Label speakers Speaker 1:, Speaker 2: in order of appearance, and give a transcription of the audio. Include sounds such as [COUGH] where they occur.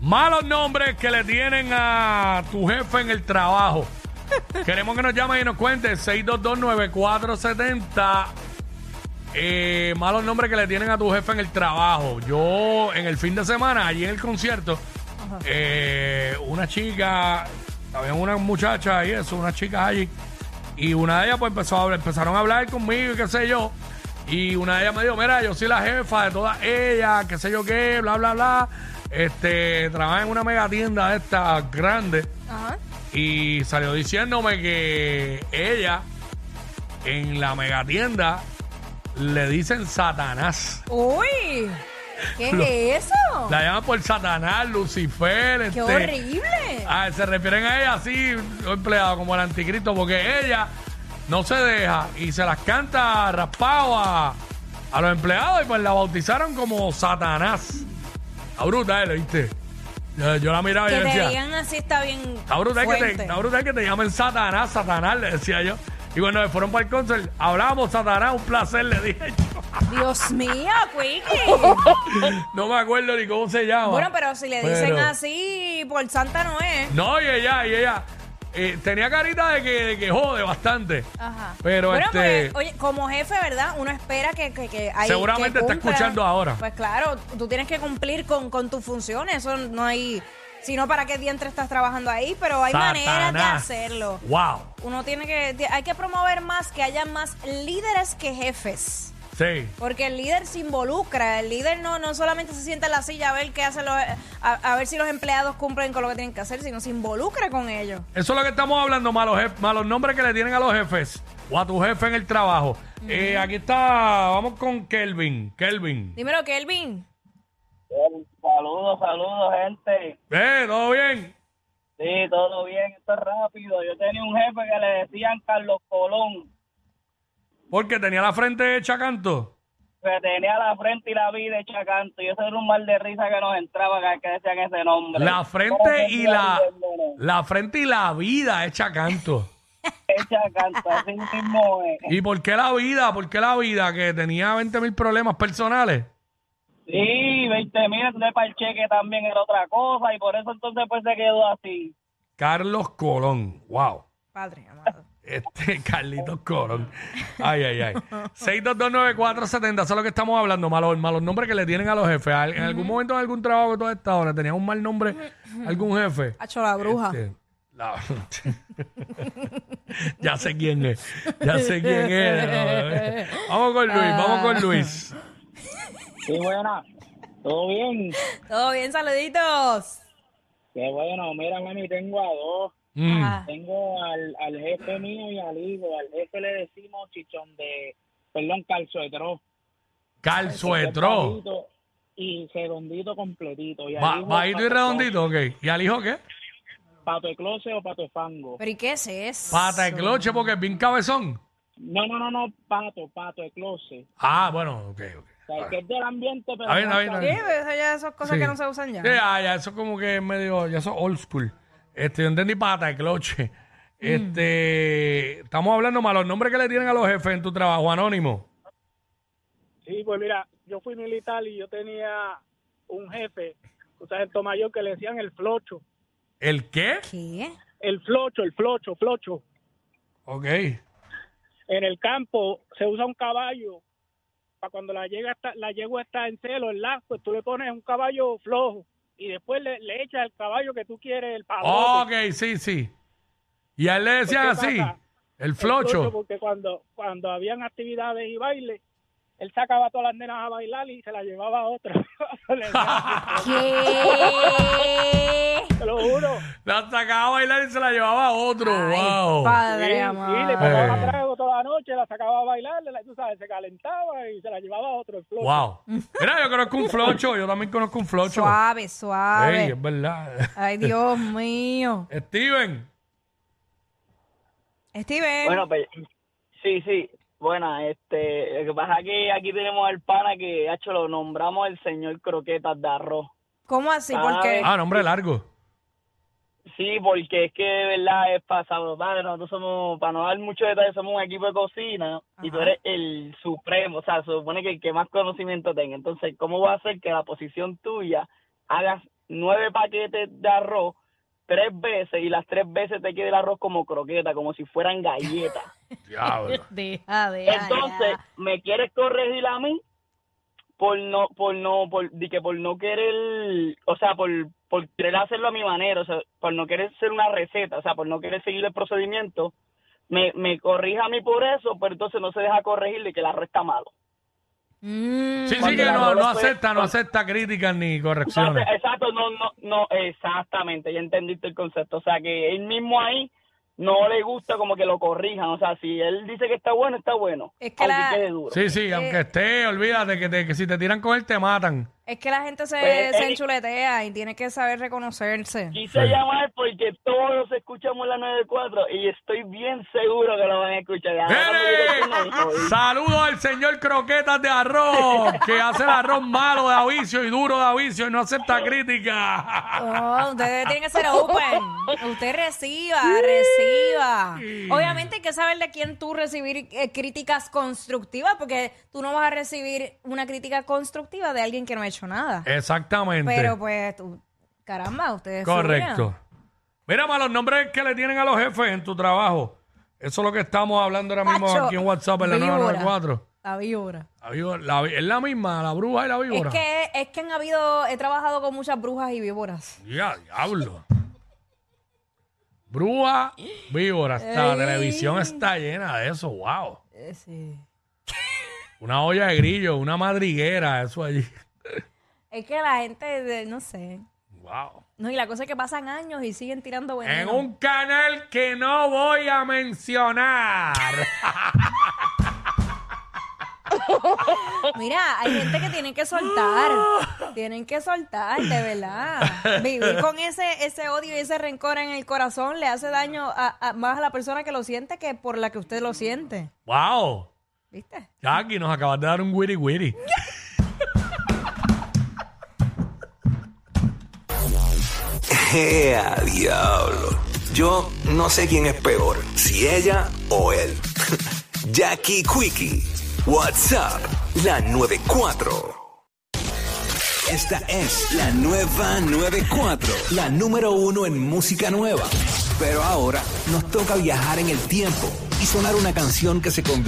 Speaker 1: Malos nombres que le tienen a tu jefe en el trabajo. Queremos que nos llamen y nos cuentes 6229470. Eh, malos nombres que le tienen a tu jefe en el trabajo. Yo en el fin de semana, allí en el concierto, eh, una chica, había una muchacha y eso, unas chicas allí, y una de ellas pues empezó a hablar- empezaron a hablar conmigo y qué sé yo. Y una de ellas me dijo, mira, yo soy la jefa de todas ellas, qué sé yo qué, bla, bla, bla. Este, trabaja en una mega tienda de estas grandes
Speaker 2: Ajá.
Speaker 1: y salió diciéndome que ella en la megatienda le dicen Satanás.
Speaker 2: Uy, ¿qué
Speaker 1: Lo-
Speaker 2: es eso?
Speaker 1: La llaman por Satanás, Lucifer.
Speaker 2: ¡Qué
Speaker 1: este.
Speaker 2: horrible!
Speaker 1: Ah, se refieren a ella así, los empleados, como el anticristo, porque ella no se deja y se las canta raspado a, a los empleados y pues la bautizaron como Satanás. A bruta, ¿eh? ¿Lo ¿viste? Yo, yo la miraba y
Speaker 2: que
Speaker 1: yo
Speaker 2: te
Speaker 1: decía...
Speaker 2: digan así está bien
Speaker 1: Está brutal, que te,
Speaker 2: fuerte.
Speaker 1: está brutal que te llamen Satanás, Satanás, le decía yo. Y cuando me fueron para el concert, hablábamos Satanás, un placer, le dije [LAUGHS] yo.
Speaker 2: Dios mío, Quickie.
Speaker 1: [LAUGHS] No me acuerdo ni cómo se llama.
Speaker 2: bueno, pero si le dicen
Speaker 1: Pero-
Speaker 2: así, por santa no es.
Speaker 1: No, y ella, y ella eh, tenía carita de que, de que jode bastante.
Speaker 2: Ajá.
Speaker 1: Pero
Speaker 2: bueno,
Speaker 1: este.
Speaker 2: pues, oye, como jefe, ¿verdad? Uno espera que, que, que hay-
Speaker 1: Seguramente
Speaker 2: que
Speaker 1: está
Speaker 2: cumpla.
Speaker 1: escuchando ahora.
Speaker 2: Pues claro, tú tienes que cumplir con, con tus funciones. Eso no hay. Si no, ¿para qué dientre estás trabajando ahí? Pero hay maneras de
Speaker 1: Satanás.
Speaker 2: hacerlo.
Speaker 1: Wow.
Speaker 2: Uno tiene que. Hay que promover más que haya más líderes que jefes.
Speaker 1: Sí.
Speaker 2: Porque el líder se involucra, el líder no, no solamente se sienta en la silla a ver qué hacen los, a, a ver si los empleados cumplen con lo que tienen que hacer, sino se involucra con ellos.
Speaker 1: Eso es lo que estamos hablando, malos, jef- malos nombres que le tienen a los jefes o a tu jefe en el trabajo. Eh, aquí está, vamos con Kelvin. Kelvin.
Speaker 2: Dímelo, Kelvin.
Speaker 3: Saludos, saludos, gente.
Speaker 1: Eh, ¿todo bien?
Speaker 3: Sí, todo bien, esto es rápido. Yo tenía un jefe que le decían Carlos Colón,
Speaker 1: Porque tenía la frente hecha canto.
Speaker 3: que tenía la frente y la vida hecha canto. Y eso era un mal de risa que nos entraba cada vez que decían ese nombre.
Speaker 1: La
Speaker 3: ¿Cómo
Speaker 1: frente
Speaker 3: que
Speaker 1: y
Speaker 3: se
Speaker 1: la,
Speaker 3: llama?
Speaker 1: la frente y la vida hecha canto.
Speaker 3: Hecha canto, así mismo es.
Speaker 1: ¿Y por qué la vida? ¿Por qué la vida? Que tenía 20 mil problemas personales.
Speaker 3: Sí, 20 mil de parche que también era otra cosa. Y por eso entonces pues se quedó así.
Speaker 1: Carlos Colón. Wow.
Speaker 2: Padre, amado.
Speaker 1: Este, [LAUGHS] Carlitos Colón. Ay, ay, ay. 6229470, eso es lo que estamos hablando, malos, malos nombres que le tienen a los jefes. Al- En algún momento, en algún trabajo que tú has estado, le tenías un mal nombre a algún jefe.
Speaker 2: Hacho la bruja.
Speaker 1: Este, la- [LAUGHS] ya sé quién es. Ya sé quién es. no. Vamos con Luis, vamos con Luis.
Speaker 3: Sí, buena. ¿Todo bien?
Speaker 2: Todo bien, saluditos.
Speaker 3: Qué bueno. Mira, mami, tengo a dos.
Speaker 1: Mm.
Speaker 2: Ajá.
Speaker 3: Tengo al, al jefe mío y al hijo. Al jefe le decimos chichón de, perdón, calzuetro.
Speaker 1: Cal Suetro.
Speaker 3: Bajito Y redondito completito. Y al
Speaker 1: Ba-
Speaker 3: hijo,
Speaker 1: Bajito y
Speaker 3: pato-
Speaker 1: redondito, ok. ¿Y al hijo qué?
Speaker 3: Pato de cloce o pato de fango.
Speaker 2: Pero ¿y qué es eso?
Speaker 1: Pata de cloche porque es bien cabezón.
Speaker 3: No, no, no, no, pato, pato de cloce.
Speaker 1: Ah, bueno, ok, ok.
Speaker 3: O sea, que es del ambiente, pero.
Speaker 1: A ver,
Speaker 3: no
Speaker 1: a ver,
Speaker 3: está-
Speaker 1: a
Speaker 2: Sí,
Speaker 1: ver.
Speaker 2: pero eso ya esas cosas
Speaker 1: Sí.
Speaker 2: que no se usan ya.
Speaker 1: Sí, ah, ya, eso como que es medio, ya eso es old school. Este, yo entendí pata de cloche. Este, estamos hablando malos nombres que le tienen a los jefes en tu trabajo, anónimo.
Speaker 4: Sí, pues mira, yo fui militar y yo tenía un jefe, un sargento mayor que le decían el flocho,
Speaker 1: ¿El qué?
Speaker 2: ¿Qué?
Speaker 4: el flocho, el flocho, flocho.
Speaker 1: Ok.
Speaker 4: En el campo se usa un caballo para cuando la, llega está- la yegua está en celo, en lazo, pues tú le pones un caballo flojo y después le, le echas el caballo que tú quieres, el palote,
Speaker 1: Ok, sí, sí. Y a él le decían
Speaker 4: ¿Por qué
Speaker 1: así,
Speaker 4: pasa?
Speaker 1: el
Speaker 4: el flocho,
Speaker 1: flocho.
Speaker 4: Porque cuando, cuando habían actividades y bailes, él sacaba a todas las nenas a bailar y se la llevaba a otra. [LAUGHS] Le
Speaker 1: [LAUGHS]
Speaker 4: decían,
Speaker 2: ¿Qué?
Speaker 4: Te lo juro.
Speaker 1: La sacaba a bailar y se la llevaba a otro. wow.
Speaker 4: Sí,
Speaker 2: Padre,
Speaker 4: sí, le
Speaker 2: amado.
Speaker 4: pagaba
Speaker 1: Eh.
Speaker 4: trago toda la noche, la sacaba a bailar, la- tú sabes, se calentaba y se la llevaba a otro. el flojo.
Speaker 1: Wow. Mira, yo conozco un flocho, yo también conozco un flocho.
Speaker 2: Suave,
Speaker 1: Ey,
Speaker 2: suave.
Speaker 1: es verdad. [LAUGHS]
Speaker 2: Ay, Dios mío.
Speaker 1: Steven,
Speaker 2: Steven.
Speaker 3: Bueno, pues, sí, sí. Bueno, este, lo que pasa es que aquí tenemos al pana que, hecho lo nombramos el señor Croquetas de Arroz.
Speaker 2: ¿Cómo así?
Speaker 3: Ah,
Speaker 2: ¿Por qué?
Speaker 1: ah, nombre largo.
Speaker 3: Sí, porque es que de verdad es pasado. Padre, nosotros somos, para no dar muchos detalles, somos un equipo de cocina y tú
Speaker 2: Ajá.
Speaker 3: eres el supremo, o sea, se supone que el que más conocimiento tenga. Entonces, ¿cómo va a ser que la posición tuya hagas nueve paquetes de arroz tres veces y las tres veces te queda el arroz como croqueta, como si fueran galletas.
Speaker 1: Diablo.
Speaker 2: Deja, deja,
Speaker 3: Entonces,
Speaker 2: deja.
Speaker 3: ¿me quieres corregir a mí? Por no, por no, por, di que por no querer, o sea, por, por querer hacerlo a mi manera, o sea, por no querer hacer una receta, o sea, por no querer seguir el procedimiento, me, me corrija a mí por eso, pero entonces no se deja corregir de que el arroz está malo.
Speaker 2: Mm,
Speaker 1: Sí, sí,
Speaker 3: Cuando
Speaker 1: que
Speaker 3: la
Speaker 1: no,
Speaker 3: rola
Speaker 1: no
Speaker 3: fue-
Speaker 1: acepta, no acepta críticas ni
Speaker 3: No,
Speaker 1: correcciones.
Speaker 3: exacto, no, no, no, exactamente, ya entendiste el concepto. O sea, que él mismo ahí no le gusta como que lo corrijan. O sea, si él dice que está bueno, está bueno.
Speaker 2: Es que
Speaker 3: aunque
Speaker 2: la-
Speaker 3: quede duro.
Speaker 1: Sí, sí,
Speaker 2: Eh.
Speaker 1: aunque esté, olvídate que, te- que si te tiran con él te matan.
Speaker 2: Es que la gente se,
Speaker 3: Pues,
Speaker 2: se
Speaker 3: eh,
Speaker 2: enchuletea y tiene que saber reconocerse.
Speaker 3: Quise
Speaker 1: Sí.
Speaker 3: llamar porque todos escuchamos la 94 y estoy bien seguro que lo van a escuchar. Ahora me
Speaker 1: ¡Ere!
Speaker 3: digo que no, y-
Speaker 1: Saludos al señor Croquetas de Arroz, que hace el arroz malo de avicio y duro de avicio y no acepta críticas.
Speaker 2: Oh, ustedes tienen que ser open. Usted reciba, reciba. Obviamente hay que saber de quién tú recibir eh, críticas constructivas, porque tú no vas a recibir una crítica constructiva de alguien que no ha hecho nada.
Speaker 1: Exactamente.
Speaker 2: Pero pues, tú- caramba, ustedes.
Speaker 1: Correcto. Mira, para los nombres que le tienen a los jefes en tu trabajo. Eso es lo que estamos hablando ahora mismo
Speaker 2: Macho,
Speaker 1: aquí en WhatsApp en la
Speaker 2: víbora.
Speaker 1: 994.
Speaker 2: La víbora.
Speaker 1: La víbora- la vi- es la misma, la bruja y la víbora.
Speaker 2: Es que, es que han habido, he trabajado con muchas brujas y víboras.
Speaker 1: Ya, diablo. Bruja, víbora. Esta
Speaker 2: Ey.
Speaker 1: televisión está llena de eso. Wow.
Speaker 2: Eh, sí.
Speaker 1: Una olla de grillo, una madriguera, eso allí.
Speaker 2: Es que la gente, de- no sé.
Speaker 1: Wow.
Speaker 2: No, y la cosa es que pasan años y siguen tirando
Speaker 1: En
Speaker 2: veneno.
Speaker 1: un canal que no voy a mencionar.
Speaker 2: Mira, hay gente que tienen que
Speaker 1: [GASPS]
Speaker 2: soltar. tienen que soltar, de verdad. Vivir con ese, ese odio y ese rencor en el corazón le hace daño a- a- más a la persona que lo siente que por la que usted lo siente.
Speaker 1: Wow.
Speaker 2: ¿Viste?
Speaker 1: Jackie, nos acabas de dar un wiri wiri.
Speaker 5: [LAUGHS] ¡Ea, ¡Eh, diablo! Yo no sé quién es peor, si ella o él. [LAUGHS] Jackie Quickie, WhatsApp, la 94. Esta es la nueva 94, la número uno en música nueva. Pero ahora nos toca viajar en el tiempo y sonar una canción que se convirtió